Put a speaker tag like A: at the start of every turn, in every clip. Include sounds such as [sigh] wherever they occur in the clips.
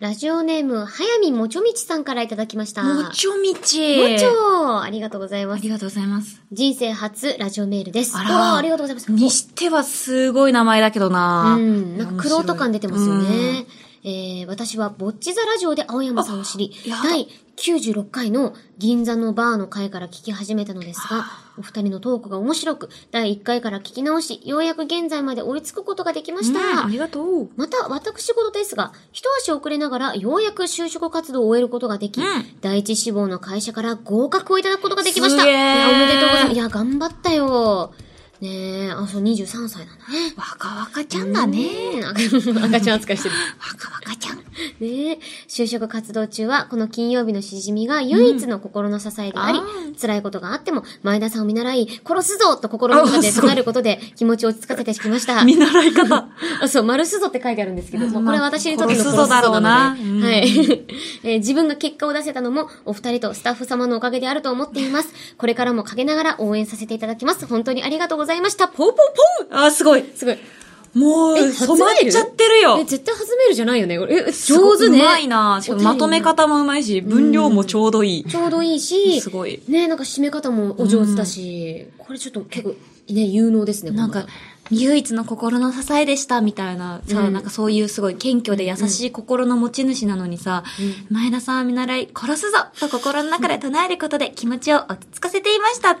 A: ラジオネーム、早見もちょみちさんからいただきました。
B: もちょみち。
A: もちょありがとうござい
B: あ
A: ます。
B: りがとうございます。
A: 人生初ラジオメールです。
B: あら
A: おーありがとうございます。
B: にしてはすごい名前だけどな
A: うん、なんか黒人感出てますよ
B: 面白
A: ね。えー、私は、ぼっちザラジオで青山さんを知り
B: あや、だ
A: 第96回の銀座のバーの回から聞き始めたのですが、お二人のトークが面白く、第1回から聞き直し、ようやく現在まで追いつくことができま
B: い
A: した。
B: うんありがとう。
A: また、私事ですが、一足遅れながら、ようやく就職活動を終えることができ、
B: うん
A: 第一志望の会社から合格をいただくことができました。
B: すげー
A: いや、おめでとうございます。いや、頑張ったよ。ねえ、あ、そう、23歳なんだね。
B: 若々ちゃんだね。
A: う
B: [laughs]
A: ん。赤ちゃん扱いしてる。
B: 若々ちゃん。
A: ねえ。就職活動中は、この金曜日のしじみが唯一の心の支えであり、
B: あー
A: 辛いことがあっても、前田さんを見習い、殺すぞと心の中で唱えることで、気持ちを落ち着かせてきました。
B: 見習い
A: [laughs]
B: 方。
A: あそう、丸すぞって書いてあるんですけど、
B: まあ
A: これは私にとっての
B: 殺すぞだろうな
A: 殺すぞなのではい。 [laughs] えー自分が結果を出せたのも、お二人とスタッフ様のおかげであると思っています。これからも陰ながら応援させていただきます。本当にありがとうございました。ポーポーポ
B: あ、すごい。
A: ーすごい。
B: もう、
A: え
B: 染まっちゃってる
A: え、
B: よ。
A: 絶対弾めるじゃないよね。これえ、上手ね。
B: うまいなしかもまとめ方もうまいし、分量もちょうどいい。
A: ちょうどいいし、
B: すごい。
A: ね、なんか締め方もお上手だし、これちょっと結構、ね、有能ですね、
B: なん
A: この
B: か
A: 方、
B: 唯一の心の支えでしたみたいな、さ、
A: うん
B: なんかそういうすごい謙虚で優しい心の持ち主なのにさ、前田さんは見習い、殺すぞと心の中で唱えることで気持ちを落ち着かせていました。 [laughs]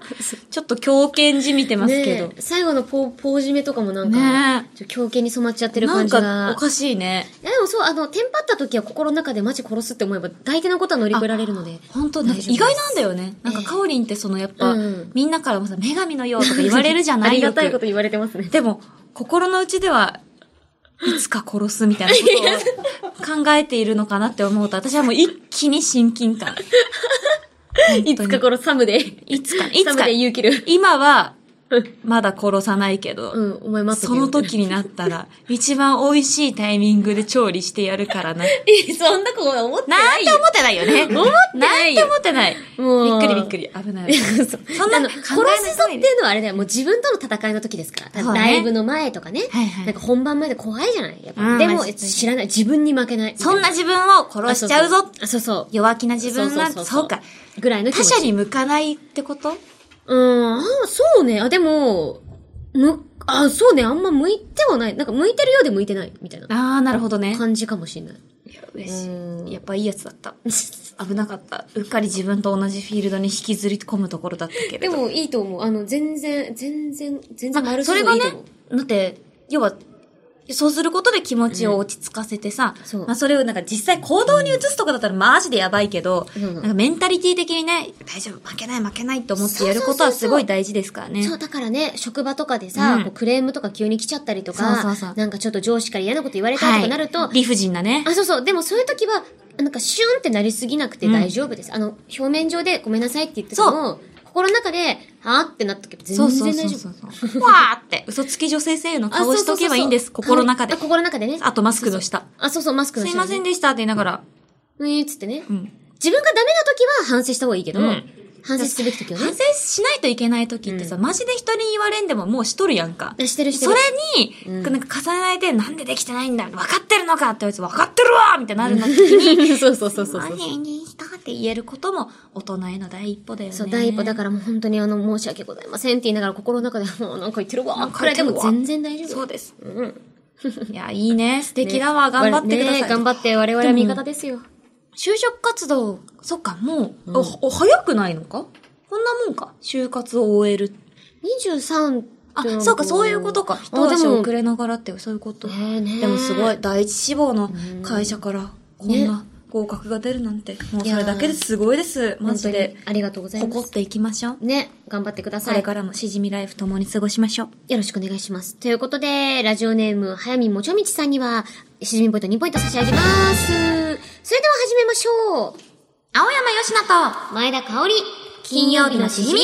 B: ちょっと狂犬じみてますけど。
A: ね最後のポー、ポー締めとかもなんか、
B: ね
A: ちょっと狂犬に染まっちゃってる
B: な
A: 感
B: ん
A: じが。
B: かおかしいね。
A: いやでもそう、あの、テンパった時は心の中でマジ殺すって思えば、大抵のことは乗り越えられるので。
B: 本当なんか意外なんだよね。なんかカオリンってそのやっぱ、
A: うん
B: みんなからもさ、女神のようとか言われるじゃない
A: ありが
B: [laughs]
A: たいこと
B: よ
A: 言われてますね
B: く。でも、心の内では、いつか殺すみたいなことを考えているのかなって思うと、私はもう一気に親近感。
A: いつか殺す、サムで。
B: い
A: [laughs]
B: つか、い
A: サ
B: つ
A: ム
B: か
A: で、勇気る。
B: 今は、まだ殺さないけど、
A: うん、お前待ってて
B: その。時になったら、一番美味しいタイミングで調理してやるからな。
A: え、そん [laughs] なこと思って
B: な
A: なんい
B: て
A: よ。
B: 思ってないよね。
A: 思ってない
B: んて
A: よ
B: 思ってない。
A: もう
B: びっくりびっくり。危ない。
A: [laughs] そ
B: そ
A: ん
B: ん
A: な
B: な
A: の、
B: 考
A: 殺
B: えない
A: すぞっていうのはあれだよ。もう自分との戦いの時ですから。
B: そうね
A: ライブの前とかね。
B: はいはい
A: なんか本番まで怖いじゃないやっぱ
B: うん
A: でも、
B: マジで
A: 知らない。自分に負けない。
B: そんな自分を殺しちゃうぞ。
A: あそうそう。
B: 弱気な自分が、
A: そ
B: そうう
A: そうそうそう
B: か。
A: ぐらいの気持
B: 他
A: ち。
B: 者に向かないってこと
A: うん、あそうね。あ、でも、む、あ、そうね。あんま向いてはない。なんか向いてるようで向いてない。みたいな
B: ああ、なるほどね。
A: 感じかもしれない。
B: いや嬉し
A: うん
B: い。やっぱいいやつだった。危なかった。うっかり自分と同じフィールドに引きずり込むところだったけれ
A: で
B: ど。
A: もいいと思う。あの、全然、全然、全然
B: まあ
A: 丸
B: そ
A: す
B: れ
A: ぎな
B: が
A: いい
B: ね
A: と思う。、
B: だって、要は、そうすることで気持ちを落ち着かせてさ、
A: んそう
B: まあそれをなんか実際行動に移すとかだったらマジでやばいけど、
A: うん
B: なんかメンタリティ的にね、大丈夫、負けない負けないと思ってやることはすごい大事ですからね。
A: そう、だからね、職場とかでさ、
B: うん
A: こうクレームとか急に来ちゃったりとか、
B: そうそうそう
A: なんかちょっと上司から嫌なこと言われたとかなると、
B: はい理不尽なね。
A: あ、そうそう。でもそういう時は、なんかシュンってなりすぎなくて大丈夫です。あの、表面上でごめんなさいって言ってても、心の中で、はぁってなっとけば全然
B: そう
A: 大丈夫。
B: そうそうそう。わーって、嘘つき女性声優の
A: あそ
B: 顔
A: うそ
B: し
A: うそうそう
B: とけばいいんです、心の中で
A: あ。心の中でね。
B: あとマスクの下。
A: あ、そうそう、マスクの
B: す
A: 下
B: い
A: ね
B: ません。でしたって言いながら。
A: うーっつってね。
B: うん。
A: 自分がダメな時は反省した方がいいけど、
B: うん
A: 反省すべき時は
B: 反
A: ね。
B: 省しないといけない時ってさ、マジで人に言われんでももうしとるやんか。
A: してるして
B: そ
A: る
B: れ。に、なんか重ねないで、なんでできてないんだ分かってるのかって言われて、分かってるわみたいになるの時
A: [laughs]
B: に、
A: そうそうそうそう
B: マジにしたって言えることも、大人への第一歩だよね。
A: そう、第一歩だ
B: か
A: からもう本当にあの、申し訳ございませんって言いながら心の中でもうなんか言ってるわ。
B: なんか
A: これでも
B: 言ってるわ
A: 全然大丈夫。
B: そうです。
A: うん。
B: いや、い
A: [laughs]
B: いね。素敵だわ。頑張ってください。
A: ね頑張って、我々は味方ですよ。
B: 就職活動、そっか、もう、おお早くないのかこんなもんか。就活を終える。
A: 23
B: あ、そうか、そういうことか。一足遅れながらって、そういうこと。
A: ねえねえ
B: でもすごい、第一志望の会社から、こんな合格が出るなんて、もうそれだけですごいです。マ
A: マジ
B: ジ
A: で
B: で。。
A: ありがとうございま
B: 誇っ
A: す。
B: ていきましょう。
A: ね、頑張ってくだ
B: こ
A: さ
B: れ
A: い。
B: からもしじみライフ共に過ごしましょう。
A: よろしくお願いします。ということで、ラジオネーム、早見もちょみちさんには、しじみポイント2ポイント差し上げます。それでは始めましょう。
B: 青山よしなと、
A: 前田香織、金曜日のしじみ。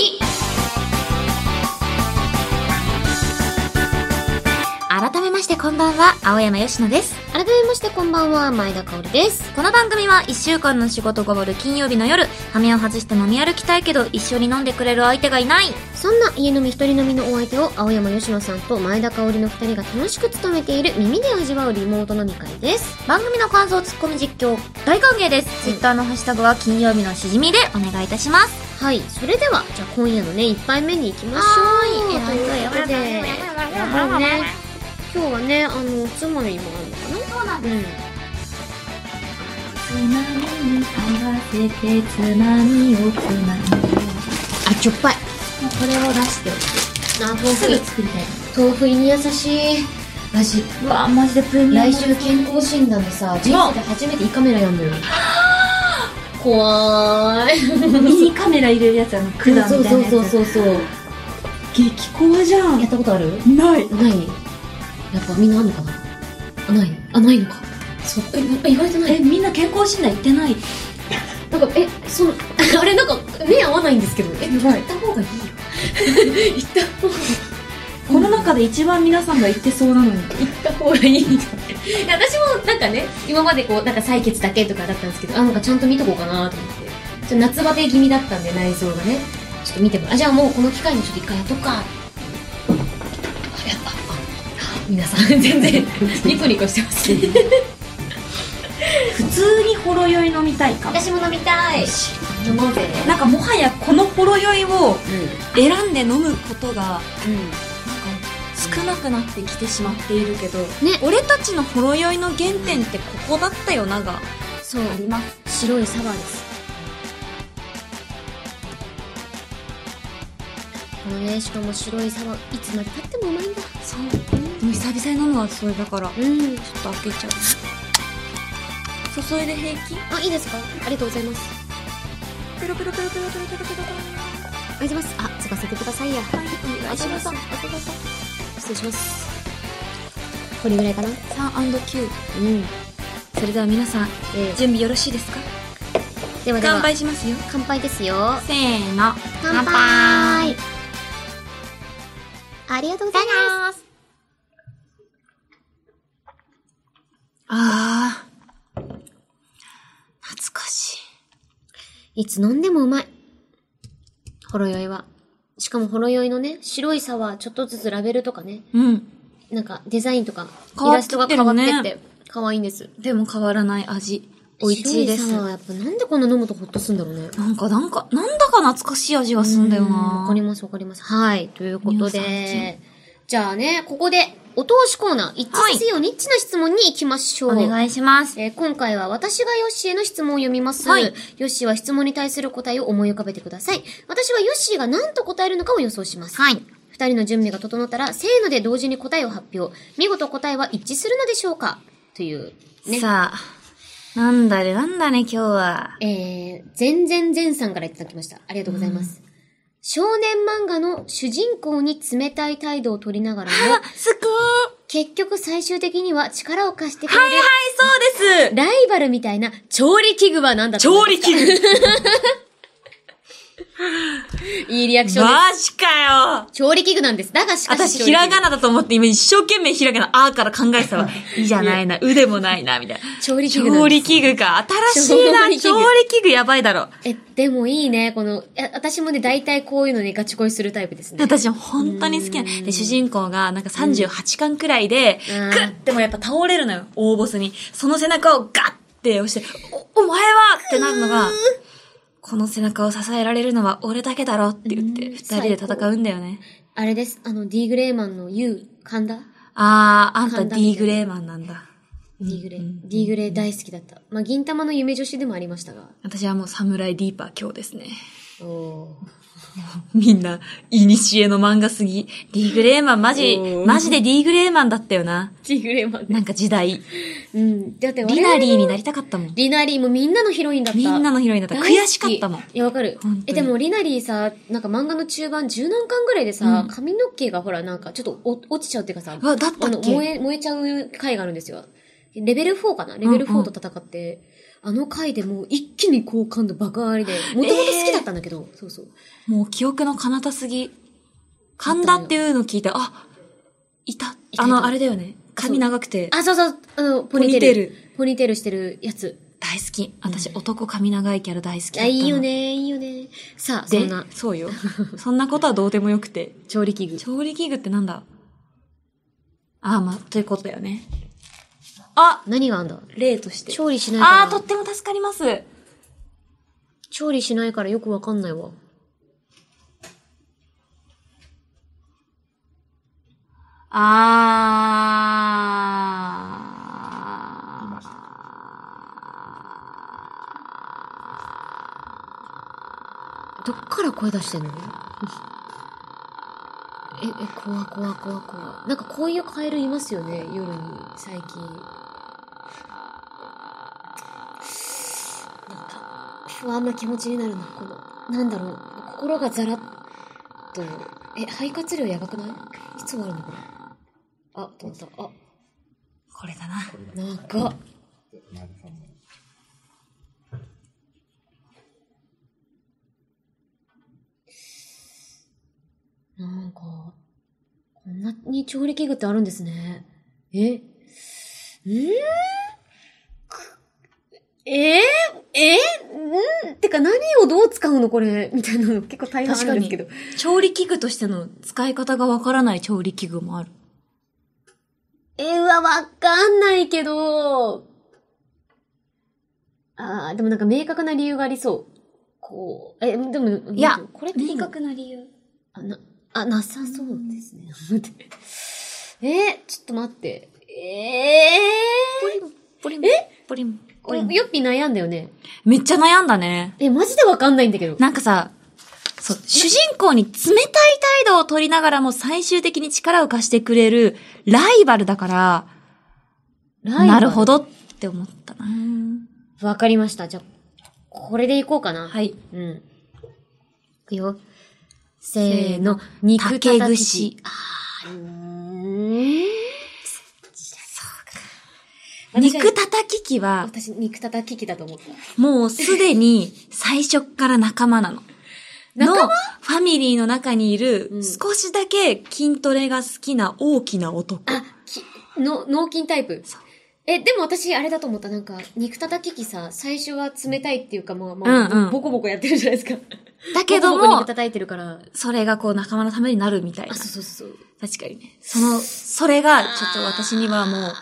B: あ改めましてこんばんは、青山よしのです。
A: 改めましてこんばんは、前田香織です。
B: この番組は1週間の仕事が終わる金曜日の夜、羽目を外して飲み歩きたいけど、一緒に飲んでくれる相手がいない。
A: そんな家飲み一人飲みのお相手を青山吉野さんと前田香織の二人が楽しく務めている耳で味わうリモート飲み会です。
B: 番組の感想、ツッコミ実況、大歓迎です。
A: うん
B: Twitter のハッシュタグは金曜日のしじみでお願いいたします。
A: はい、それでは、じゃあ今夜のね、一杯目に行きましょう。ということで、やばいね。今日はね、あの、おつまみもあるのかな
B: そうなん
A: う
B: で
A: ん。
B: す。つまみに合わせて、つまみをつまみ。
A: あ、ちょっぱい。
B: これを出しておく。
A: あ、豆腐に、
B: 作りたい。
A: 豆腐入りに優しい。私、
B: うわマジでプレミアム。
A: 来週健康診断でさ、人生で初めて胃カメラやんのよ。怖ーい。
B: ミニカメラ入れるやつ、あの、管みた
A: そ
B: いうなや
A: そう
B: つ。
A: そうそうそう。
B: 激高じゃ
A: やっ。たことある
B: ない。
A: ないやっぱみんなあんのかなあ、ない。あ、ないのか。そう。え、なんか意外とない。
B: え、みんな健康診断行ってない
A: なんか、え、その、 [laughs] あれなんか、目合わないんですけど。え、行
B: ばい
A: っ。た方がいい行った方がいい。
B: この中で一番皆さんが行ってそうなのに。
A: 行った方がいい。いや私もなんかね、今までこう、なんか採血だけとかだったんですけど、あ、なんかちゃんと見とこうかなと思って。ちょっと夏バテ気味だったんで、内臓がね。ちょっと見てもらうあ、じゃあもうこの機会にちょっと一回やっとくか。あ、やった。あ皆さん、 [laughs] 全然、ニコニコしてますね。
B: 普通にほろ酔い飲みたいかも。
A: 私も飲みたい。飲もうぜ。
B: なんかもはやこのほろ酔いを
A: う
B: 選んで飲むことが、
A: ん。
B: なんか少なくなってきてしまっているけど、
A: ね
B: 俺たちのほろ酔いの原点ってここだったよながあ
A: そう、
B: ります。
A: 白いサワーです。このね、しかも白いサワー、いつまで経ってもうまいんだ。
B: そう。でも久々に飲むわ、それだから。ちょ
A: うん。
B: っと開けちゃう。注いで平気
A: あ、いいですかありがとうございます。
B: ペロペロペロペロペロペロペロペロペロ。
A: ありがとうございます。あ、継がせてくださいや。
B: はい、お願いします。
A: あ失礼します。これぐらいかなう
B: 3&9。
A: ん。
B: それでは皆さん、
A: え
B: 準備よろしいですか
A: ー、ではでは、
B: 乾杯しますよ。
A: 乾杯ですよ。
B: せーの。
A: 乾杯ありがとうございます。
B: あー。懐かしい。
A: いつ飲んでもうまい。ほろ酔いは。しかもほろ酔いのね、白いサワー、ちょっとずつラベルとかね、
B: うん。
A: なんかデザインとか、
B: 変
A: イ
B: わ
A: ラ
B: っ
A: ス
B: て
A: トが
B: きて
A: 変わ
B: る
A: っ
B: ね
A: てって、可愛いんです。
B: でも変わらない味。美味しいです。
A: 白いサワーやっぱなんでこんな飲むとほっとすんだろうね。
B: なんか、なんか、なんだか懐かしい味がすんだよ
A: うんわ
B: な
A: かりますわかります。はい。ということ
B: 皆さん一
A: で、じゃあね、ここで、お通しコーナー、一致せよ、ニッチな質問に行きましょう。
B: お願いします。
A: えー今回は私がヨッシーへの質問を読みます。
B: はい
A: ヨッシーは質問に対する答えを思い浮かべてください。私はヨッシーが何と答えるのかを予想します。
B: はい。
A: 二人の準備が整ったら、せーので同時に答えを発表。見事答えは一致するのでしょうかという、ね。
B: さあ、なんだね、なんだね、今日は。
A: えー、全然前さんからいただきました。ありがとうございます。少年漫画の主人公に冷たい態度を取りながらも、
B: あ、好き
A: 結局最終的には力を貸してくれる、
B: はいはい、そうです
A: ライバルみたいな調理器具は何だと思
B: 調
A: いま
B: 理
A: すか
B: 器具
A: [laughs] いいリアクションです。
B: マジかよ
A: 調理器具なんです。だがしかし。
B: 私、ひらがなだと思って、今一生懸命ひらがな、あーから考えてたわ。いいじゃないな、うでもないな、みたいな。
A: 調理器具。調理器具なんです。
B: 調理器具か。新しいな、
A: 調理器具
B: 調理器具やばいだろ。
A: え、でもいいね。この、え私もね、大体こういうのね、ガチ恋するタイプですね。
B: 私、本当に好きな。で、主人公が、なんか38巻くらいで、グ
A: うん
B: ッてもうやっぱ倒れるのよ、大ボスに。その背中をガッて押して、お、お前はってなるのが、この背中を支えられるのは俺だけだろって言って、
A: うん
B: 二人で戦うんだよね。
A: あれです。あの、D グレーマンの U、神田
B: あー、あんた
A: 神田みたい
B: D グレーマンなんだ。
A: ?D グレー。D グレー大好きだった。まあ、銀玉の夢女子でもありましたが。
B: 私はもう侍ディーパー今日ですね。
A: お
B: みんな、いにしえの漫画すぎ。ディーグレーマン、マジ
A: う、ん
B: マジでディーグレーマンだったよな。
A: D グレーマンね。
B: なんか時代。
A: うん。だって我々
B: リナリーになりたかったもん。
A: リナリーもみんなのヒロインだった。
B: みんなのヒロインだった。
A: 大好
B: 悔
A: き
B: しかったもん
A: い。や、わかる
B: 本当に。
A: え、でも、リナリーさ、なんか漫画の中盤、十何巻ぐらいでさ、
B: うん
A: 髪の毛がほら、なんか、ちょっとお落ちちゃうっていうかさ、
B: うわだったっけ
A: あの燃え、燃えちゃう回があるんですよ。レベル4かなレベル
B: うんうん
A: 4と戦って、あの回でもう一気に好感度爆上がりで、もともと好きだったんだけど、そうそう。
B: もう記憶の彼方すぎ。神田っていうの聞いて、あ、いた。
A: いた
B: あ
A: い
B: の、
A: た
B: あれだよね。髪長くて。
A: あ、そうそう、あの、ポ
B: ポニ
A: ニ
B: ー
A: ー
B: テ
A: テ
B: ー
A: ー
B: ル
A: ル。。ポニーテールしてるやつ。
B: 大好き。私、男髪長いキャラ大好き
A: あ、
B: だったの。
A: いいよね、いいよね。さあ、そ
B: で
A: んな、
B: そうよ。そんなことはどうでもよくて。
A: 調理器具。
B: 調理器具ってなんだああ、まあ、ということだよね。あ
A: 何があんだ
B: 例として。
A: 調理しない
B: ああ、
A: か
B: と
A: ら
B: っ。ても助かります。
A: 調理しないからよくわかんないわ。
B: あ
A: どっから声出してんのえ、え、怖怖怖怖。なんかこういうカエルいますよね、夜に、最近。なんか、不安な気持ちになるな、この、なんだろう、心がザラッと、え、肺活量やばくないいつ終わるのこれ。あ、止まった。あ、
B: ー。これだな。
A: なんか、
C: 前田さんも
A: なんか、こんなに調理器具ってあるんですね。えんーくえー、えー、んてか何をどう使うのこれみたいなの結構大変なんですけど。
B: 調理器具としての使い方がわからない調理器具もある。
A: えー、うわ、わかんないけど。あー、でもなんか明確な理由がありそう。こう、え、でも、
B: いや
A: これって今
B: な理由。
A: あ、な、あ、なさそうですね。待って。えー、ちょっと待って。え
B: ポリン、ポリン、えポリン、
A: ー、
B: ポ
A: こ
B: リ
A: れ、
B: ン。
A: ヨッピー悩んだよね。
B: めっちゃ悩んだね。
A: え、マジでわかんないんだけど。
B: なんかさ、そう、主人公に冷たい態度を取りながらも最終的に力を貸してくれるライバルだから、
A: ライバル
B: なるほ。どって思ったな。
A: わかりました。じゃあ、これでいこうかな。。
B: はいい。
A: うん。いくよ。せーの、肉叩
B: 竹
A: き
B: 串。
A: あーうーん私は
B: 肉叩き機は、
A: 私、肉叩き器だと思った。
B: もうすでに最初っから仲間なの。
A: [laughs] 仲間
B: のファミリーの中にいる
A: うん
B: 少しだけ筋トレが好きな大きな男。
A: あ、き、の、脳筋タイプ
B: そう。
A: え、でも私、あれだと思った。なんか、肉叩き器さ、最初は冷たいっていうか、もう、も
B: うんうん
A: ボコボコやってるじゃない [laughs] ですか。
B: だけど
A: ボコボコ
B: も
A: 肉、叩いてるから。
B: それがこう仲間のためになるみたい
A: あ、
B: な。
A: そうそうそうそう。
B: 確かにね。その、それが、ちょっと私にはもう、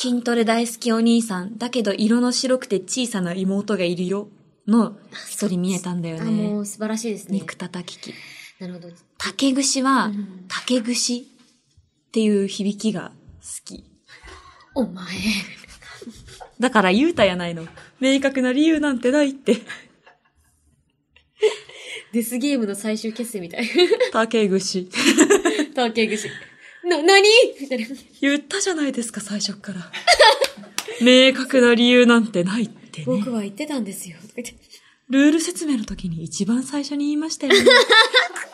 B: 筋トレ大好きお兄さん、だけど色の白くて小さな妹がいるよ、の一人見えたんだよ
A: あ、も
B: ね。
A: う素晴らしいですね。
B: 肉叩き器。
A: なるほど。
B: 竹串は
A: うん、
B: 竹串っていう響きが好き。
A: お前。
B: だから言うたやないの。明確な理由なんてないって。
A: デスゲームの最終決戦みたい。
B: 竹串。
A: 竹串。な、なにみたいな。
B: 言ったじゃないですか、最初っから。明確な理由なんてないってね
A: 僕。は言ってたんですよ。とか言って
B: ルール説明の時に一番最初に言いましたよね。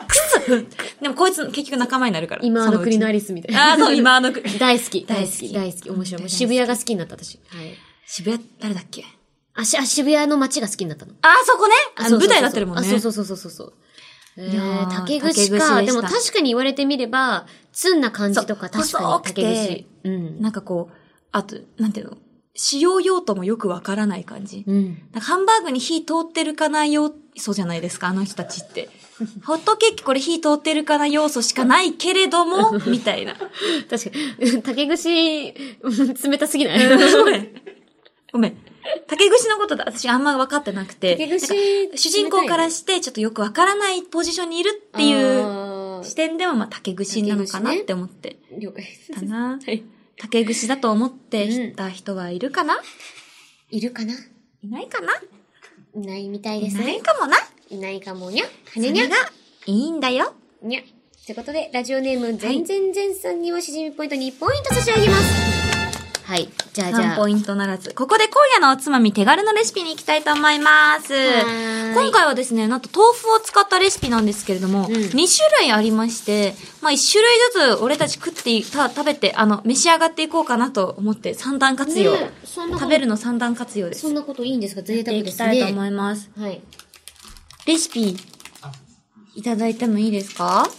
B: くそでもこいつ結局仲間になるから。
A: 今あの国のア
B: り。
A: リスみたいな。
B: ああ、そう、今あの国。
A: 大好き。
B: 大
A: 大
B: 好
A: 好
B: き
A: き。大好き。面白い。もう
B: 大好き
A: 渋谷が好きになった私。はい。
B: 渋谷、誰だっけ
A: あ、しあ渋谷の街が好きになったの。
B: ああ、そこね。あの、
A: そうそうそうそう
B: 舞台になってるもんね。
A: あ、そうそうそうそうそうそう。え
B: いやー
A: ー、竹
B: 竹
A: 串
B: 串でし
A: か。
B: た
A: でも確かに言われてみれば、ツンな感じとか
B: そう
A: 確か
B: 細
A: に
B: く
A: 竹
B: て
A: 串。うん。
B: なんかこう、あと、なんていうの使用用途もよくわからない感じ。
A: うん。
B: なんかハンバーグに火通ってるかな要素じゃないですか、あの人たちって。ホットケーキこれ火通ってるかな要素しかないけれども、みたい
A: [laughs]
B: な。
A: 確かに。 [laughs] 竹串、うん冷たすぎない [laughs]
B: ごめん。ごめん。竹串のことだ。私あんま分かってなくて。
A: 竹串
B: 主人公からして、ちょっとよく分からないポジションにいるっていう
A: あー
B: 視点でも、まあ、竹串なのかな
A: 竹串ね
B: って思って
A: 了解。
B: たな。
A: はい。
B: 竹串だと思って
A: うん
B: 知った人はいるかな、
A: いるかない
B: ないかない
A: ないみたいで
B: い
A: す
B: ない
A: ね。
B: かもな。
A: いないかもにゃ。は
B: そ
A: ね
B: れ
A: に
B: が
A: ゃ。
B: いいんだよ。
A: にゃ。ってことで、ラジオネーム、全然全さんにはしじみポイント2ポイント差し上げます。はい。じゃあじゃ
B: 3
A: あ。
B: ポイントならず。ここで今夜のおつまみ手軽なレシピに行きたいと思います。
A: ーい
B: 今回はですね、なんと豆腐を使ったレシピなんですけれども、
A: うん
B: 2種類ありまして、まあ1種類ずつ俺たち食っていた、食べて、あの、召し上がっていこうかなと思って三段活用。
A: ねえそんなこと
B: 食べるの三段活用です。
A: そんなこといいんですか
B: や
A: 贅
B: って
A: 沢
B: い
A: で
B: き
A: す
B: たいと思
A: ね。
B: います。
A: はい。
B: レシピ、いただいてもいいですか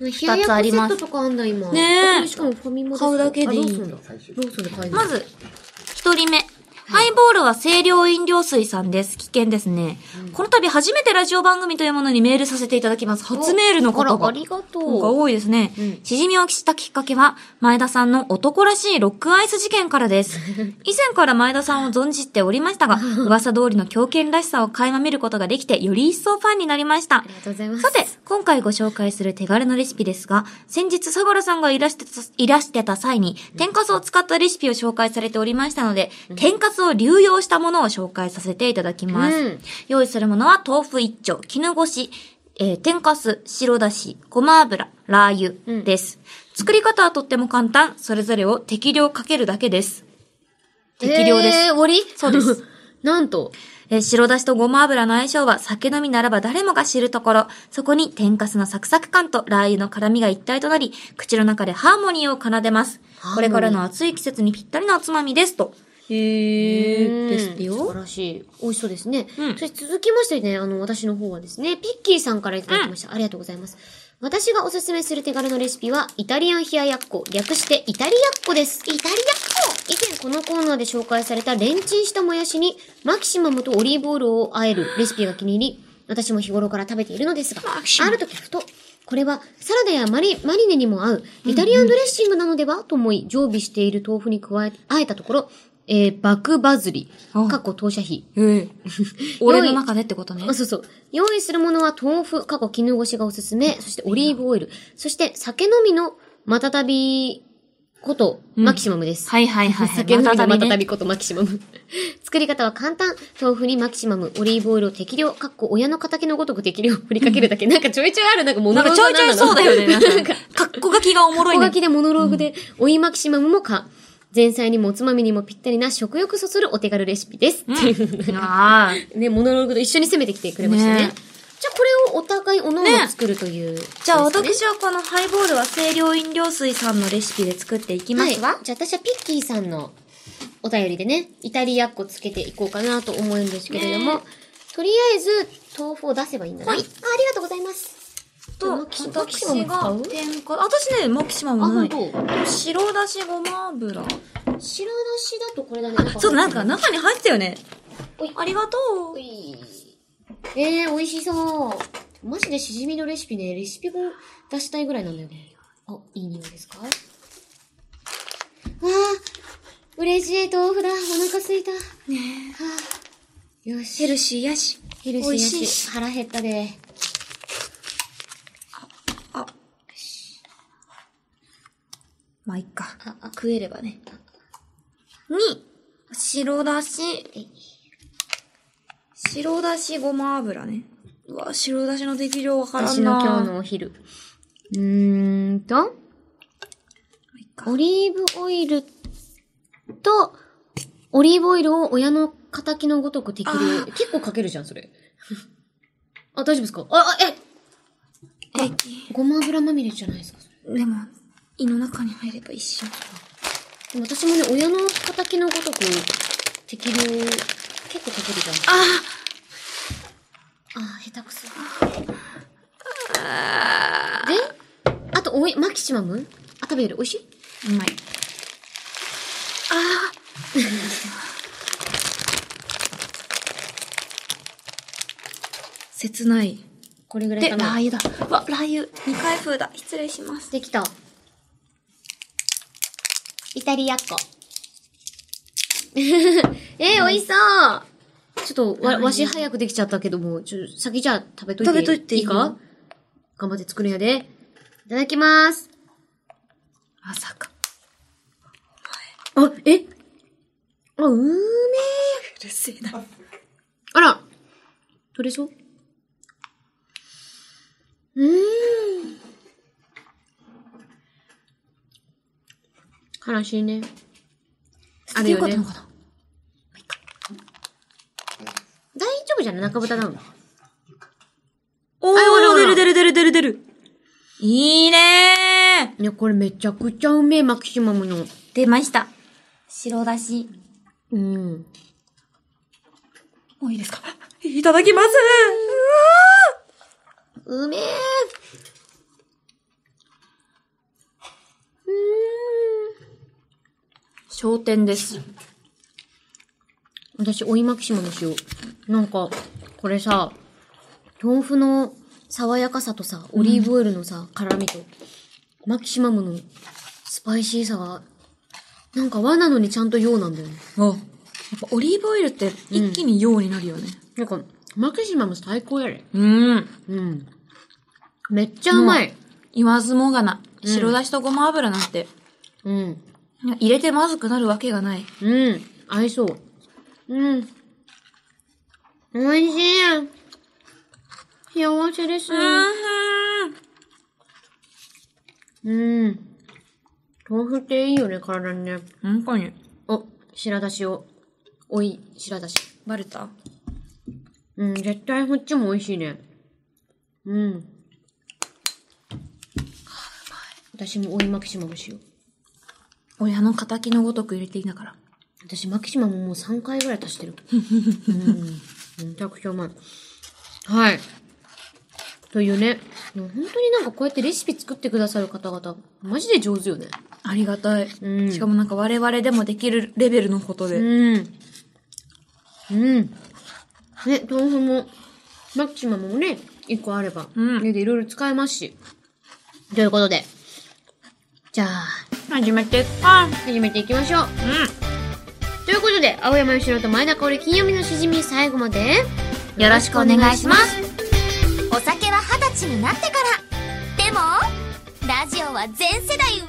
A: 冷
B: ややっこ
A: セット
B: セッ
A: とかあんだ、今。
B: あ
A: しかもファミマ
B: ですかあローソン
A: ローソンで買える。
B: まず、一人目。ハイボールは清涼飲料水さんです。危険ですね。この度初めてラジオ番組というものにメールさせていただきます。初メールの方が。
A: ありがと
B: 方が
A: う。
B: 多いですね。
A: うん
B: しじみをしたきっかけは、前田さんの男らしいロックアイス事件か
A: [laughs]
B: らです。以前から前田さんを存じておりましたが、噂通りの狂犬らしさを垣間見ることができて、より一層ファンになりました
A: あ。りがとうございます。
B: さて、今回ご紹介する手軽なレシピですが、先日、相良さんがいらしてた、いらしてた際に、天かすを使ったレシピを紹介されておりましたので、天かすを流用したものを紹介させていただきます。
A: うん
B: 用意するものは、豆腐一丁、絹ごし、えー天かす、白だし、ごま油、ラー
A: う
B: 油
A: ん
B: です。作り方はとっても簡単、それぞれを適量かけるだけです。適量です。
A: えー、終わり
B: そうです。
A: [laughs] なんと。
B: えー白だしとごま油の相性は酒飲みならば誰もが知るところ。そこに天かすのサクサク感とラー油の辛みが一体となり、口の中でハーモニーを奏でます
A: ハーモニ。ー
B: これからの暑い季節にぴったりなおつまみです。と。へ
A: うん
B: ー
A: 素晴らしい。美味しそうですね。
B: うん
A: そして続きましてね、あの、私の方はですね、ピッキーさんからいただきました。ありがとうございます。私がおすすめする手軽なレシピは、イタリアン冷ややっこ、略してイタリアっこです。イタリアっこ以前このコーナーで紹介されたレンチンしたもやしに、マキシマムとオリーブオイルを和えるレシピが気に入り、私も日頃から食べているのですが、
B: マキシマ
A: ある時ふと、これはサラダやマリマリネにも合うイタリアンドレッシングなのではと思い常備している豆腐に加え、あえたところ、えー、爆バズり、
B: あ
A: かっこ投射費。
B: えー俺の中でってことね
A: あ、。そうそう。用意するものは豆腐、過去絹ごしがおすすめ、そしてオリーブオイル、そして酒飲みのまたたびこと、
B: ん
A: マキシマムです。
B: はいはいはいはい。
A: 酒飲みのまたた
B: ね
A: びことマキシマム。 [laughs] 作り方は簡単。豆腐にマキシマム、オリーブオイルを適量、かっこ親の敵のごとく適量振りかけるだけ。なんかちょいちょいある、なんかモ
B: な
A: ノ
B: んか
A: ローグ
B: ちょいちょいそうだよね。
A: な
B: なんん
A: だ
B: か
A: ろうなんか、
B: かっこがきがおもろい
A: 小
B: ね
A: 書。きでモノローグで、追いマキシマムもか。前菜にもおつまみにもぴったりな食欲そそるお手軽レシピです。っていう
B: あー
A: ね、モノローグと一緒に攻めてきてくれましたね。
B: ね
A: じゃあこれをお互いおのおの
B: ね
A: 作るという、
B: じゃあ
A: そうですね
B: 私はこのハイボールは清涼飲料水さんのレシピで作っていきますわ。
A: はい、じゃあ私はピッキーさんのお便りでね、イタリアっこつけていこうかなと思うんですけれども、
B: ね
A: とりあえず豆腐を出せばいいんだね。
B: はい
A: あ、ありがとうございます。
B: と、
A: マキシマキシマ
B: 私
A: ム使
B: が
A: う
B: 天か私ね、マキシマ
A: あ、
B: ムな
A: 本
B: い。
A: 当。
B: 白だしごま油。
A: 白だしだとこれだね。
B: あ、そう、なんか中に入ってたよね。
A: おい
B: ありがと
A: お
B: う。
A: いえー、美味しそう。マジでしじみのレシピね、レシピ本出したいぐらいなんだよね。あ、いい匂いですかわあ、嬉しい豆腐だ。お腹すいた。は
B: ね
A: あ、よし。
B: ヘルシーやし。
A: ヘルシー
B: 美
A: や
B: 味し
A: し、
B: いし。
A: 腹減ったで。
B: あ。まあ、いっか。食えればね。に、白だし。白だしごま油ね。うわ、白だしの適量わから
A: 私
B: ん
A: の
B: な。
A: 今日のお昼。うーんと、
B: いっか
A: オリーブオイルと、オリーブオイルを親の仇のごとく適量
B: あ。ー
A: 結構かけるじゃん、それ。 [laughs] あ、大丈夫ですかあ、あ、え、
B: え
A: ごま油まみれじゃないですか。それ
B: でも、胃の中に入れば一緒。
A: でも私もね、親の敵のごとく、適量、結構かけるじゃん。
B: あ
A: あー、下手くそ。
B: あ
A: で、あと、おい、マキシマムあ、食べれる美味しいう
B: まい。あー [laughs] 切ない。
A: これぐらい
B: で、
A: か
B: ラ
A: な。
B: ー油だ。わ、ラー油。二回風だ。失礼します。
A: できた。イタリアっ子。 [laughs] えー、美味しそうちょっと、わ、わし早くできちゃったけども、ちょ、先じゃあ食べといて。
B: 食べといていい
A: いいか頑張って作るんやで。いただきます。
B: まさか。
A: あ、えあ、うーめー。
B: うるせえな。
A: あら取れそううーん。悲しいね。あるよね
B: そういうことなのかな
A: 大丈夫じゃない中豚なの。
B: お
A: あ
B: ー、
A: 出
B: 出
A: る出
B: る出る出る出る出る。いいね
A: いや、これめちゃくちゃうめえ、マキシマムの。
B: ー。出ました。白だし。
A: うん。
B: もういいですかいただきますうわ
A: うめえ。点です。私、追いマキシマにしよう。なんか、これさ、豆腐の爽やかさとさ、オリーブオイルのさ、辛みと、マキシマムのスパイシーさが、なんか和なのにちゃんと洋なんだよね。
B: あ、やっぱオリーブオイルって一気に洋になるよね。
A: なんか、マキシマム最高やれ。
B: うん。
A: うん。めっちゃうまい。
B: 言わずもがな。白だしとごま油なんて、
A: うん。
B: 入れてまずくなるわけがない。
A: うん。合いそう。うん。おいしい。幸せです。うん。豆腐っていいよね、体にね。
B: 本当に。
A: お、白だしを。おい、白だし。
B: バレた
A: うん、絶対こっちも美味しいね。うん。私もおいマキシマムしよう。
B: 俺あの仇のごとく入れていいんだから。
A: 私、マキシマムもう3回ぐらい足し
B: [laughs]
A: てる。うん。めちゃくちゃうまい。はい。というね。でも本当になんかこうやってレシピ作ってくださる方々、マジで上手よね。
B: ありがたい。
A: うん
B: しかもなんか我々でもできるレベルのことで。
A: うん。うん。ね、豆腐も、マキシマムもね、1個あれば、
B: うん
A: 家でいろいろ使えますし。ということで、じゃあ、
B: 始めて。あ
A: 始めていきましょう。ということで、青山吉郎と前田香織金曜日のしじみ最後まで、
B: よろしくお願いします。
C: お酒は二十歳になってからでもラジオは全世代ウェル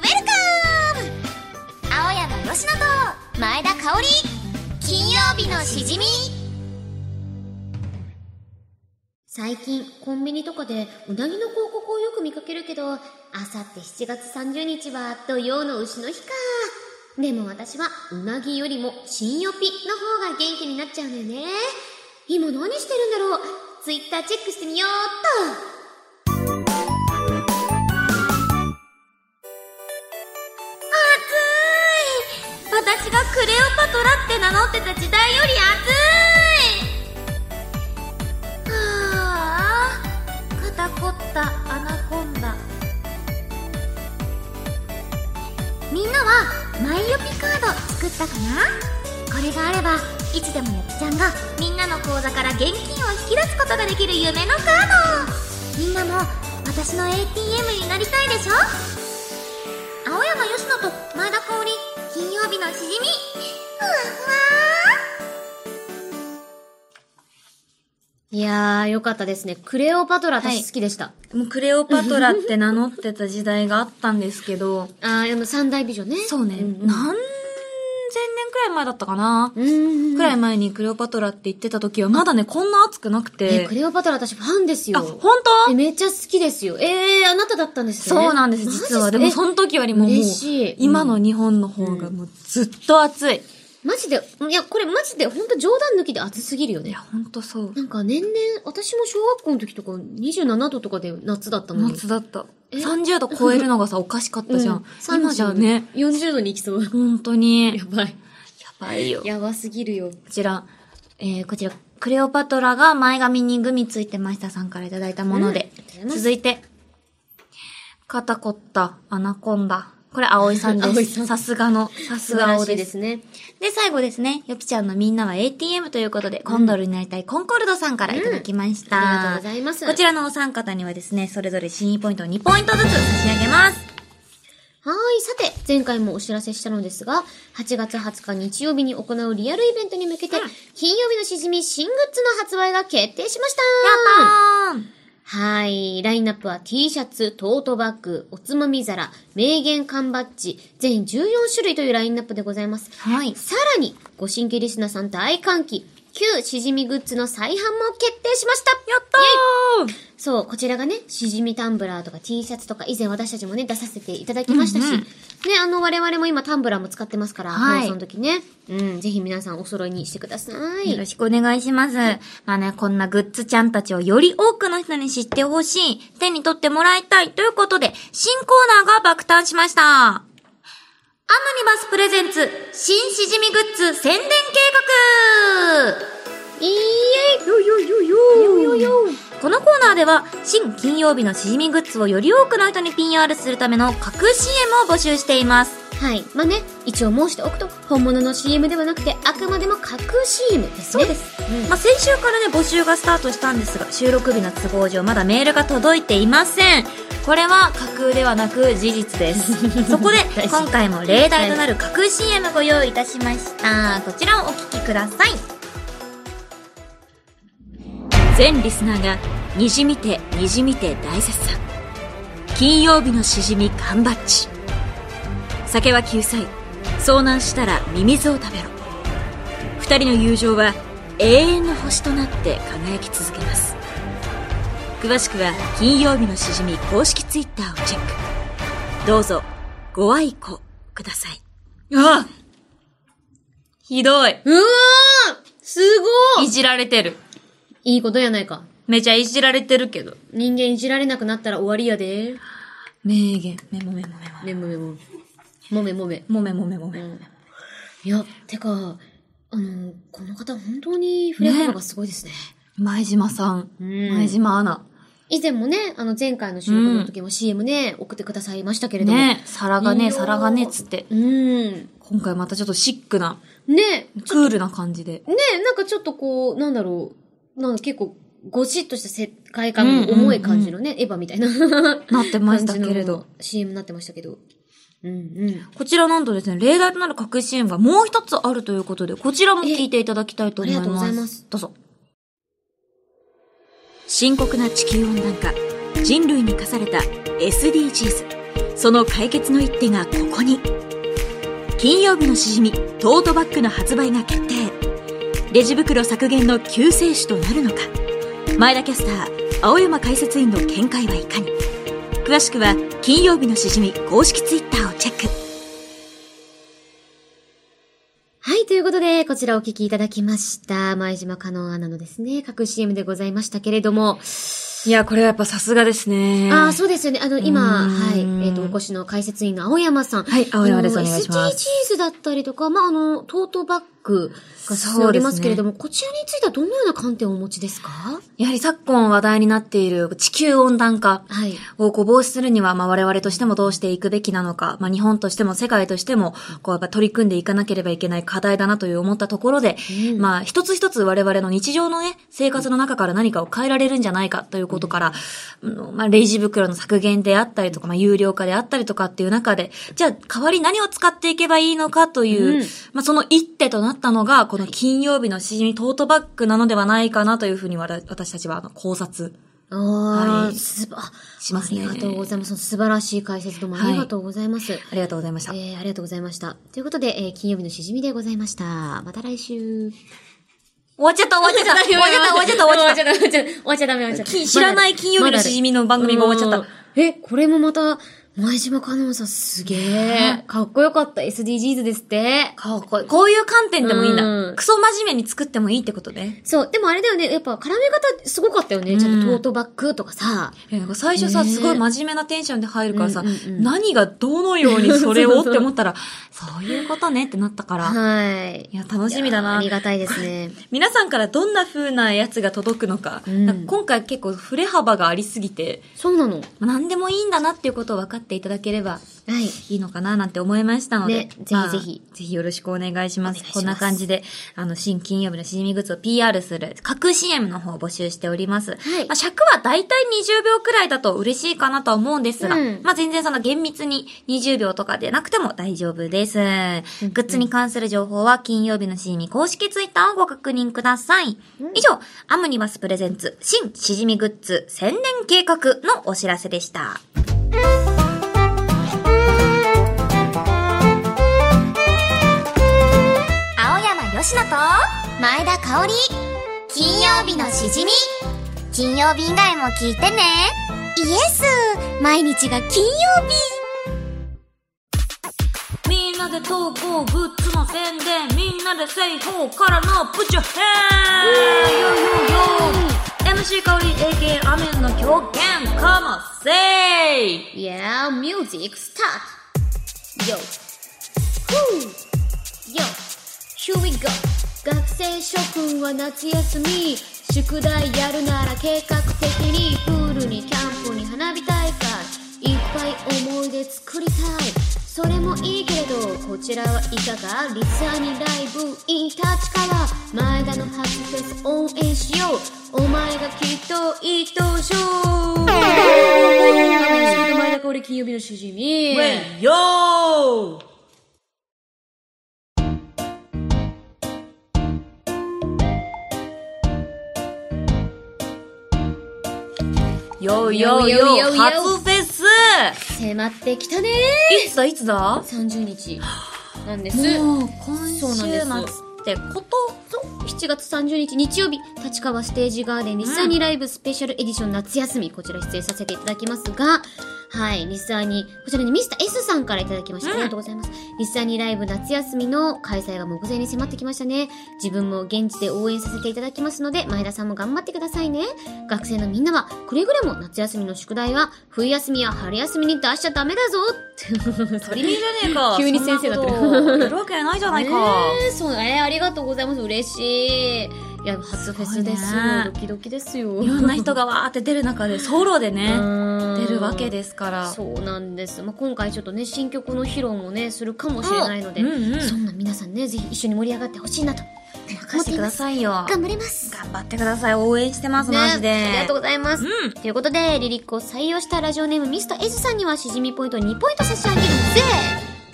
C: カム青山佳乃と前田香織金曜日のしじみ
A: 最近コンビニとかでうなぎの広告をよく見かけるけどあさって7月30日は土曜の牛の日かでも私はうなぎよりも新よぴの方が元気になっちゃうのよね今何してるんだろうツイッターチェックしてみようっと
C: 私がクレオパトラって名乗ってた時代より暑いはあ肩凝ったアナコンダみんなはマイオピカード作ったかなこれがあればいつでもゆきちゃんがみんなの口座から現金を引き出すことができる夢のカードみんなも私の ATM になりたいでしょ青山佳乃と前田香織金曜日のしじみふわ
A: いやーよかったですねクレオパトラ私好きでした、
B: もうクレオパトラって名乗ってた時代があったんですけど、
A: あーあの三大美女ね
B: そうね、
A: ん
B: 何千年くらい前だったかな、
A: うんうんうん
B: くらい前にクレオパトラって言ってた時はまだね、こんな熱くなく
A: え
B: て
A: ク。レオパトラ私ファンです
B: あ、
A: よ
B: 本当
A: えめっちゃ好きですよえー、あなただったんですよね
B: そうなんです、
A: マジっ
B: 実は。でも、
A: え
B: その時よりももう
A: 嬉しい、
B: 今の日本の方がもうずっと暑い。い
A: マジで、いや、これマジで、ほんと冗談抜きで暑すぎるよね
B: や、。ほんとそう。
A: なんか年々、私も小学校の時とか27度とかで夏だったのに。
B: 夏だった。
A: え
B: 30度超えるのがさ、おかしかったじゃん。
A: う
B: 今じゃね、。
A: 30 40度に行きそう。や [laughs]
B: ほんとに、や
A: ばい。
B: ばいよ。こ
A: やばすぎるよ。
B: ちら、えー、こちら、クレオパトラが前髪にグミついてましたさんからいただいたもので
A: うんありがとうござい、ます
B: 続いて、肩凝った、アナコンダ。これ、葵さんで
A: 葵さ
B: す。
A: ん
B: さすがの、さ
A: 素
B: す
A: 晴
B: が
A: らし
B: 青
A: い
B: で。
A: ですすね。
B: で、最後ですね、よきちゃんのみんなは ATM ということで、コンドルになりたいコンコルドさんからいただきました。
A: うんありがとうございます
B: こちらのお三方にはですね、それぞれ新意ポイントを2ポイントずつ差し上げます。
A: はーい。さて、前回もお知らせしたのですが、8月20日日曜日に行うリアルイベントに向けて、金曜日のしじみ新グッズの発売が決定しました
B: やったー
A: はい。ラインナップは T シャツ、トートバッグ、おつまみ皿、名言缶バッジ、全14種類というラインナップでございます。
B: はい。
A: さらに、ご新規リスナーさん大歓喜、旧しじみグッズの再販も決定しました
B: やったー
A: イエイそう、こちらがね、しじみタンブラーとか T シャツとか、以前私たちもね、出させていただきましたし、
B: うんうん
A: ね、あの、我々も今タンブラーも使ってますから、
B: はい
A: 放送の時ね、うん、ぜひ皆さんお揃いにしてくださ
B: よろ
A: い。
B: しくお願いします。まあね、こんなグッズちゃんたちをより多くの人に知ってほしい、手に取ってもらいたいということで、新コーナーが爆誕しました。アムニバスプレゼンツ、新しじみグッズ宣伝計画
A: イエイよよよよよよよ
B: このコーナーでは新金曜日のしじみグッズをより多くの人に PR するための各 CM を募集しています
A: はい。まあね、一応申しておくと、本物の CM ではなくて、あくまでも架空 CM ですね。。
B: そうですまあ、先週からね、募集がスタートしたんですが、収録日の都合上、まだメールが届いていません。これは架空ではなく事実です。
A: [laughs]
B: そこで、
A: 大事
B: 今回も例題となる架空 CM ご用意いたしました。こちらをお聞きください。全リスナーが、にじみて、にじみて大絶賛。金曜日のしじみ缶バッチ。酒は救済。遭難したらミミズを食べろ。二人の友情は永遠の星となって輝き続けます詳しくは金曜日のしじみ公式ツイッターをチェックどうぞご愛顧くださいああひどいう
A: わーすごい
B: いじられてる
A: いいことやないか。
B: めちゃいじられてるけど
A: 人間いじられなくなったら終わりやで。
B: 名言メモメモ
A: め
B: メ
A: もめも。もめもめ。
B: モもめもめもめ
A: うんいや、てか、あの、この方本当に触れ方がすごいですね。
B: 前島さん
A: うん
B: 前島アナ
A: 以前もね、あの前回の収録の時も CM ね、送ってくださいましたけれども。
B: ね皿が
A: いい
B: ね
A: よ
B: 皿がねっつって
A: うん。ね
B: 今回またちょっとシックな
A: ね
B: クールな感じで
A: なんかちょっとこう、なんだろう。なんか結構、ごしっとした世界観の重い感じのね、エヴァみたいな
B: なってましたけれど
A: 感じの CM になってましたけど。うんうん。
B: こちらなんとですね、例題となる隠しシーンがもう一つあるということで、こちらも聞いていただきたいと思います。
A: えありがとうございます。
B: どうぞ。深刻な地球温暖化、人類に課された SDGs、その解決の一手がここに。金曜日のしじみ、トートバッグの発売が決定。レジ袋削減の救世主となるのか。前田キャスター、青山解説員の見解はいかに。詳しくは、金曜日のしじみ公式ツイッターをチェック。
A: はい、ということで、こちらお聞きいただきました。前島香音アナのですね、各 CM でございましたけれども。
B: いや、これはやっぱさすがですね。
A: ああ、そうですよね。あの、今、
B: うーん
A: はい、えっ、と、お越しの解説員の青山さん。。
B: はい青山ですお願いします
A: SDGs だったりとか、まあ、あの、トートバッグが必要ありますけれども、こちらについてはどのような観点をお持ちですか
B: やはり昨今話題になっている地球温暖化
A: はい。
B: をこう防止するには、まあ我々としてもどうしていくべきなのか、まあ日本としても世界としても、こうやっぱ取り組んでいかなければいけない課題だなという思ったところで、
A: うん
B: まあ一つ一つ我々の日常のね、生活の中から何かを変えられるんじゃないかということから、うんまあレジ袋の削減であったりとか、まあ有料化であったりとかっていう中で、じゃあ代わり何を使っていけばいいのかとい
A: う
B: う、
A: ん
B: まあその一手となったのが、この金曜日のしじみトートバッグなのではないかなというふうにわた私たちはあの考察
A: ああ、
B: はい
A: すば、あ
B: しますね。
A: りがとうございます。その素晴らしい解説どうもありがとうございます。
B: ありがとうございました。
A: えー、ありがとうございました。ということで、えー、金曜日のしじみでございました。また来週。
B: 終わっちゃった終わっちゃ
A: [laughs]
B: った終わっちゃった終わっちゃった終わっちゃった
A: 終わっちゃった終わっちゃダメ終わっちゃダメ [laughs]
B: き知らない金曜日のしじみの番組が終わっちゃった。
A: た。え、これもまた、前島香音さんすげえ。かっこよかった。SDGs ですって。
B: かっこいい。こういう観点でもいいん
A: う
B: だ
A: ん。
B: クソ真面目に作ってもいいってことね。
A: そう。でもあれだよね。やっぱ絡め方すごかったよね。ちゃんとトートバッグとかさ。
B: えなんか最初さ、
A: ねえ
B: すごい真面目なテンションで入るからさ、
A: うんうんうん
B: 何がどのようにそれをって思っ
A: [laughs]
B: たら、そういうことねってなったから。
A: はい。
B: いや、楽しみだな
A: あり。がたいです
B: [coughs]
A: ね。
B: 皆さんからどんな風なやつが届くのか。
A: うん
B: なんか今回結構触れ幅がありすぎて、
A: そうなの。は
B: 何でもいいんだなっていうことを分かっていただければ
A: い。
B: いいのかななんて思いましたので、
A: ねぜひぜひ
B: まあぜひよろしくお願いします。
A: お願いします
B: こんな感じで、あの、新金曜日のしじみグッズを PR する、各 CM の方を募集しております。まあ、尺はだいたい20秒くらいだと嬉しいかなとは思うんですが、
A: うん
B: まあ、全然その厳密に20秒とかでなくても大丈夫です。グッズに関する情報は金曜日のしじみ公式ツイッターをご確認ください。以上、アムニバスプレゼンツ、新しじみグッズ宣伝計画のお知らせでした。
C: 青山よしと前田香織金曜日のしじみ金曜日以外も聞いてねイエス毎日が金曜日
B: みんなで投稿グッズの宣伝みんなで製法からのプチョヘン MC 香り AK アメンの狂言かもせい
A: Yeah, music start! Yo! Woo! Yo! Here we go! 学生諸君は夏休み宿題やるなら計画的にプールにキャンプに花火大会いっぱい思い出作りたいそれもいいけれどこちらはいかがリサにライブイン立川前田の初フェス応援しようお前がきっといいとしょう前田香織金曜日のしじみ
B: ェイヨーよいよいよいよ初フェス
A: 迫ってきたね
B: いつだいつだ
D: 30日なんです。
B: もう今週
D: そうなん
B: 末
D: です
B: ってこと
A: 7月30日日曜日立川ステージガーデン日産にライブスペシャルエディション夏休みこちら出演させていただきますがはい日産にこちらにミスター S さんからいただきました、
B: うん
A: ありがとうございます日産にライブ夏休みの開催が目前に迫ってきましたね自分も現地で応援させていただきますので前田さんも頑張ってくださいね学生のみんなはくれぐれも夏休みの宿題は冬休みや春休みに出しちゃダメだぞ
B: [laughs] 鳥見じゃねえか
A: [laughs] 急に先生だった
B: そんなことやるわけないじゃないか、
A: えー、そう [laughs] ね、ありがとうございます。嬉しい。いや、初フェスです
B: す
A: よ
B: ごいね。
A: ドキドキですよ。
B: いろんな人がわーって出る中でソロでね、
A: 出
B: 出るわけですから。
A: そうなんです。まあ、今回ちょっとね、新曲の披露もね、するかもしれないので、
B: うんうん
A: そんな皆さんね、ぜひ一緒に盛り上がってほしいなと。
B: 任せてくださいよ。
A: 頑張ります。
B: 頑張ってください。応援してます、マジで。
A: ねありがとうございます。
B: うん
A: ということで、リリックを採用したラジオネームミスター S さんにはしじみポイント2ポイント差し上げる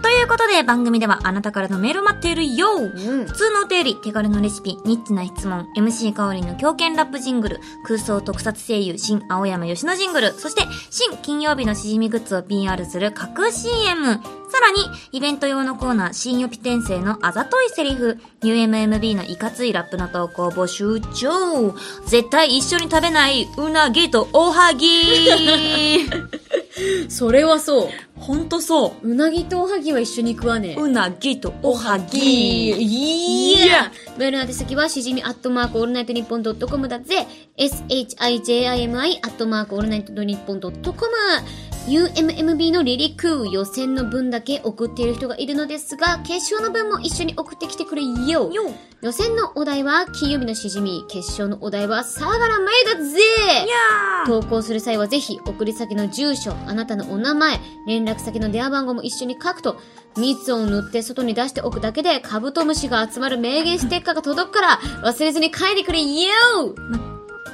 B: ということで、番組ではあなたからのメール待っているよ
A: ぜうん
B: 普。通のお便り、手軽のレシピ、ニッチな質問、MC 香りの狂犬ラップジングル、空想特撮声優、新青山吉野ジングル、そして、新金曜日のしじみグッズを PR する架空 CM、さらに、イベント用のコーナー、新予備転生のあざといセリフ、UMMB のいかついラップの投稿募集中、絶対一緒に食べないうなぎとおはぎ [laughs]
D: それはそう。
B: ほんとそう
D: なぎとおはぎは一緒に食わね
B: う。うなぎとおはぎ
D: い
A: いや
D: や
A: メールの宛先はしじみアットマークオールナイトニッポンドットコムだぜ shijimi アットマークオールナイトニッポンドットコム UMMB のリリック予選の分だけ送っている人がいるのですが決勝の分も一緒に送ってきてくれよ
B: よ
A: 予選のお題は金曜日のしじみ決勝のお題は相良舞だぜ
B: いやー
A: 投稿する際はぜひ送り先の住所あなたのお名前連絡先の電話番号も一緒に書くと蜜を塗って外に出しておくだけでカブトムシが集まる名言ステッカーが届くから忘れずに書いてくれよ、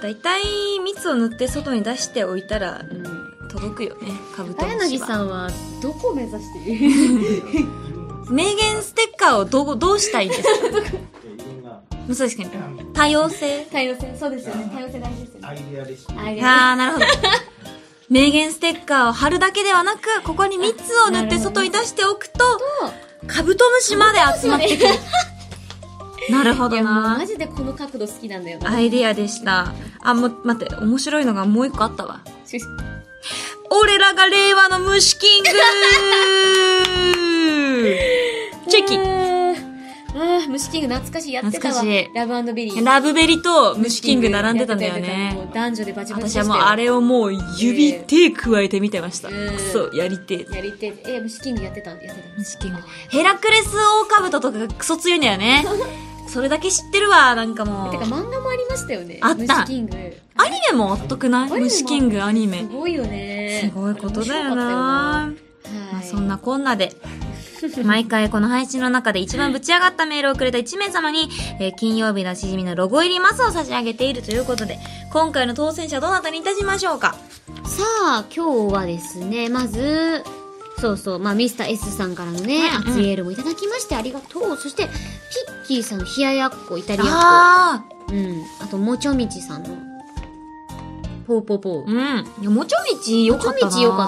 B: だいたい蜜を塗って外に出しておいたら届くよねカブトム
A: 綾
B: シ
A: 柳
B: は
A: さんはどこを目指
E: [laughs]
A: してる
B: 名言ステッカーをどうどうしたいん [laughs] ですかそうですけど多様性
D: 多様性、そうですよね。多様性大事ですよね。
E: アイデアレシピ
D: ありが
B: あーなるほど名言ステッカーを貼るだけではなくここに蜜を塗って外に出しておくとカブトムシまで集まってくる [laughs] なるほ
D: とう。い
B: ど
D: や、もう
B: な
D: マジでこの角度好きなんだよな。
B: アイディアでした。あ、もう、待って、面白いのがもう一個あったわ。俺らが令和の虫キン [laughs] グチェキ
D: ああ、虫キング懐かしい。やってたわ。
B: 懐かしい
D: ラブベリー。
B: ラブベリと虫キング並んでたんだよ
D: やってたやってた
B: ね
D: も。う男女でバチバチ
B: 私はもうあれをもう指手加えて見てました。
D: うん
B: くそ、やりてえ。
D: やりてえ、え、虫キングやってたんでやってた。
B: 虫キング。ヘラクレスオオカブトとかがクソ強いんだよね。 [laughs] それだけ知ってるわ、なんかもう
D: て。か漫画もありましたよね。
B: あった
D: 虫キング。
B: アニメもあっとくない
D: ニメも
B: 虫キングアニメ
D: す。ごいよね。
B: すごいことだ
D: 面白かっ
B: よな
D: たよな。
B: ま
D: は
B: あ、
D: い。
B: そんなこんなで。毎回この配信の中で一番ぶち上がったメールをくれた1名様に、えー金曜日のしじみのロゴ入りマスを差し上げているということで、今回の当選者どなたにいたしましょうか
A: さあ今日はですねまずそうそう、まあ、ミスター S さんからのね、
B: うんうん
A: 熱いエールもいただきましてありがとうそしてピッキーさん冷ややっこイタリアンコ
B: あ
A: うん。あと、もちょみちさんの。ぽうぽうぽ
B: ー
A: う。
B: うん。いや、もちょみちよ
A: もち
B: か
A: ょ
B: ったな。
A: みちよかった。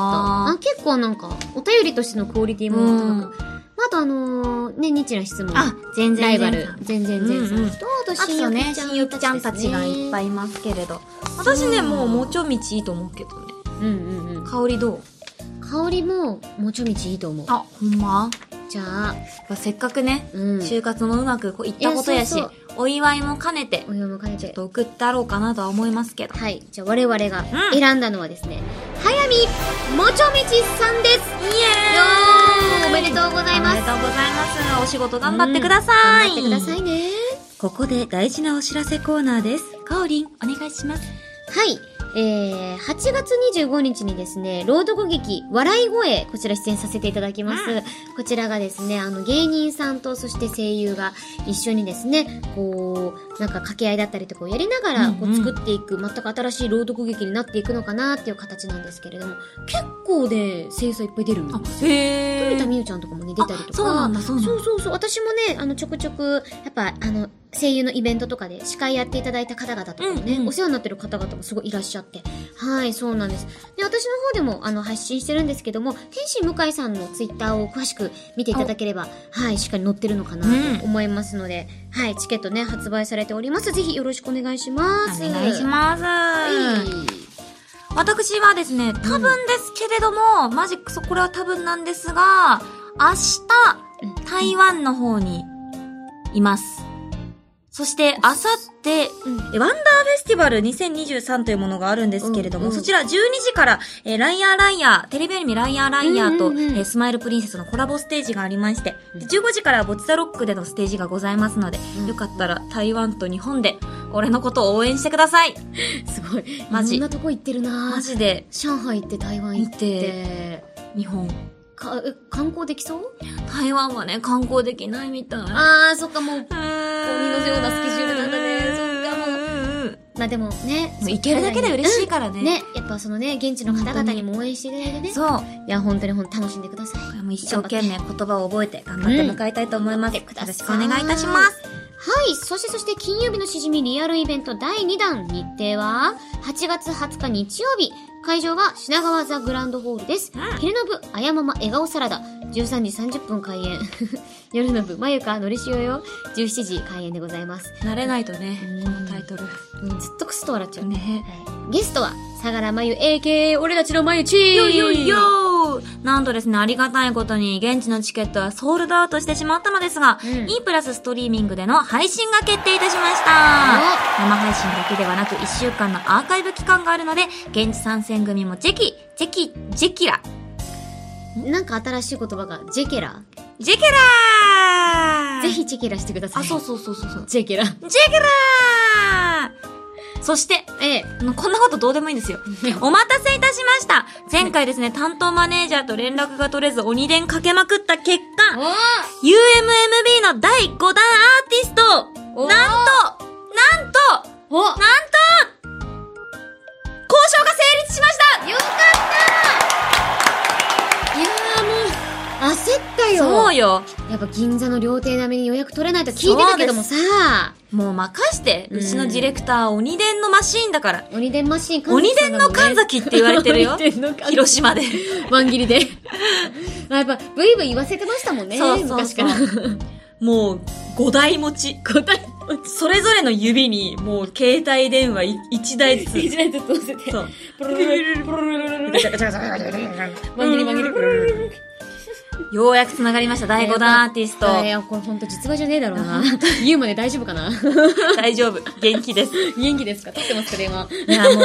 A: あ、結構なんか、お便りとしてのクオリティも
B: うん
A: 高く。まあ、あとあのー、ね、ニチラ質問。
B: あ、全然。
A: ライバル。全然全然。
B: うんうん
A: と、あと、
B: あ
A: 新
B: と
A: ゆ
B: ね
A: き、ちゃん。
B: 新ゆきちゃんたちがいっぱ
A: い。
B: いいますけれど。私ね、
A: うん
B: もうもちょみちいいと思うけどね。
A: うんうんうん。
B: 香りどう
A: 香りも、もちょみちいいと思う。
B: あ、ほんま
A: じゃあ、
B: せっかくね、
A: うん。
B: 就活もうまくこういったことやし、
A: いやそう
B: お祝いも兼ねて
A: お、湯も兼ねて。
B: と送ったろうかなとは思いますけど。
A: はい。じゃあ、我々が
B: ん
A: 選んだのはですね、早見もちょみちさんです。よ
B: イエ
A: ーおめでとうございます
B: おめで。とうございます。お仕事頑張ってくださ
A: 頑
B: い。
A: 張ってくださいね。
B: ここで大事なお知らせコーナーです。かおりん、お願いします。
A: はい。えー、8月25日にですね、朗読劇、笑い声、こちら出演させていただきます。こちらがですね、あの、芸人さんと、そして声優が一緒にですね、こう、なんか掛け合いだったりとかをやりながら、こ
B: うんう
A: うん作っていく、全く新しい朗読劇になっていくのかなっていう形なんですけれども、結構ね、声優さんいっぱい出るんですよ
B: あ、へ
A: 富田
B: ー。
A: 美優ちゃんとかもね、出たりとか。
B: あそうなんだ、そうなんだ。
A: そうそうそう。私もね、あの、ちょくちょく、やっぱ、あの、声優のイベントとかで司会やっていただいた方々とかもね、
B: うんうん
A: お世話になってる方々もすごいいらっしゃって。はい、そうなんです。で、私の方でも、あの、発信してるんですけども、天心向井さんのツイッターを詳しく見ていただければ、はい、しっかり載ってるのかな
B: うん
A: と思いますので、はい、チケットね、発売されております。ぜひよろしくお願いします。
B: お願いします。
A: はい。
B: 私はですね、多分ですけれども、マジックそこれは多分なんですが、明日、台湾の方にいます。そして、あさって、えワンダーフェスティバル2023というものがあるんですけれども、
A: うんうん
B: そちら12時から、えーライアーライアー、テレビアニメライアーライアーと、
A: うんうんうん
B: えースマイルプリンセスのコラボステージがありまして、
A: うん
B: で15時からはボチザロックでのステージがございますので、
A: うん
B: よかったら台湾と日本で、俺のことを応援してください。
A: すごい。
B: マジ
A: いろんなとこ行ってるな
B: マジで、
A: 上海行って台湾行って。
B: 日本。
A: か、え観光できそう
B: 台湾はね、観光できないみたい。
A: あー、そっか、もう
B: うーん、
A: 鬼のようなスケジュールなんだねそっかもう
B: うんうんうん
A: まあでもね、
B: もう行けるだけで嬉しいから
A: ね。
B: ね。
A: ね、やっぱそのね、現地の方々にも応援していただいてね。
B: そう。こ
A: いや、本当にほん楽しんでください。
B: れも一生懸命言葉を覚えて頑張って迎えたいと思います。
A: うん頑張ってくださ
B: よ
A: い
B: ろしくお願いいたします。
A: はい、そしてそして金曜日のしじみリアルイベント第2弾日程は、8月20日日曜日、会場は品川ザグランドホールです。
B: うん
A: 昼の部、あやまま笑顔サラダ、13時30分開演。 [laughs] 夜の部、まゆかのりしおよ、17時開演でございます。
B: 慣れないとね
A: うん、
B: このタイトル。
A: うんずっとクスと笑っちゃう。
B: ね。
A: はいゲストは、相良真由 AKA 俺たちの真由チー
B: よいよいよなんとですね、ありがたいことに、現地のチケットはソールドアウトしてしまったのですが、
A: うん
B: E プラスストリーミングでの配信が決定いたしました生配信だけではなく、1週間のアーカイブ期間があるので、現地参戦組もぜひ、ぜひ、ぜキラ
A: なんか新しい言葉が、ジェケラ
B: ジェケラー
A: ぜ。ひチェケラしてください。
B: あ、そうそうそうそうそう。
A: チェケラ。
B: ジェケラーそして、
A: ええ。
B: もうこんなことどうでもいいんです
A: [laughs]
B: よ。お待たせいたしました前回ですね、担当マネージャーと連絡が取れず鬼伝かけまくった結果、
A: お
B: UMMB の第5弾アーティスト
A: お
B: なんとなんと
A: お
B: なんと交渉が成立しました
A: よかったいやーもう、焦ったよ。
B: そうよ
A: やっぱ銀座の料亭並みに予約取れないと聞いてたけどもさ、
B: もう任して、
A: うん
B: うちのディレクター鬼伝のマシーンだから。
A: 鬼伝マシン
B: 鬼伝の神崎って言われてるよ。
A: 鬼伝の神崎
B: 広島で。
A: ワン切り
B: [laughs]
A: で。まあやっぱ、ブイブイ言わせてましたもんね。
B: そうそう
A: 昔
B: そ
A: か
B: う
A: ら。 [laughs]
B: もう、5台持ち。5台それぞれの指に、もう携帯電話1台ず [laughs] つ。
A: 一年ずっと乗せて。
B: そう。
A: プルルルルルルルルルルワン切りワン切り。プルルルルルル
B: ようやく繋がりました、第5弾アーティスト。
A: いや、これほんと実話じゃねえだろう [laughs] な。言うまで大丈夫かな [laughs]
B: 大丈夫。元気です。
A: 元気ですか撮ってますか電話。
B: いや、もう、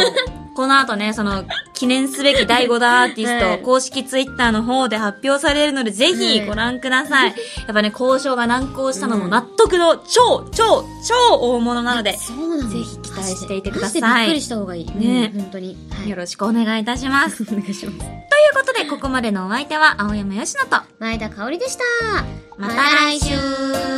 B: この後ね、その、記念すべき第5弾アーティスト、
A: はい
B: 公式ツイッターの方で発表されるので、ぜひご覧ください。やっぱね、交渉が難航したのも納得の超、超、超大物なので、
A: そうなの
B: ぜひ期待していてください
A: マジでびっくりした方がいい。
B: ね
A: うん本当に。はい
B: よろしくお願いいたします。とい
A: [laughs]
B: う
A: お願いします。
B: ことで、ここまでのお相手は、青山よしのと、
A: 前田香織でした。
B: また来週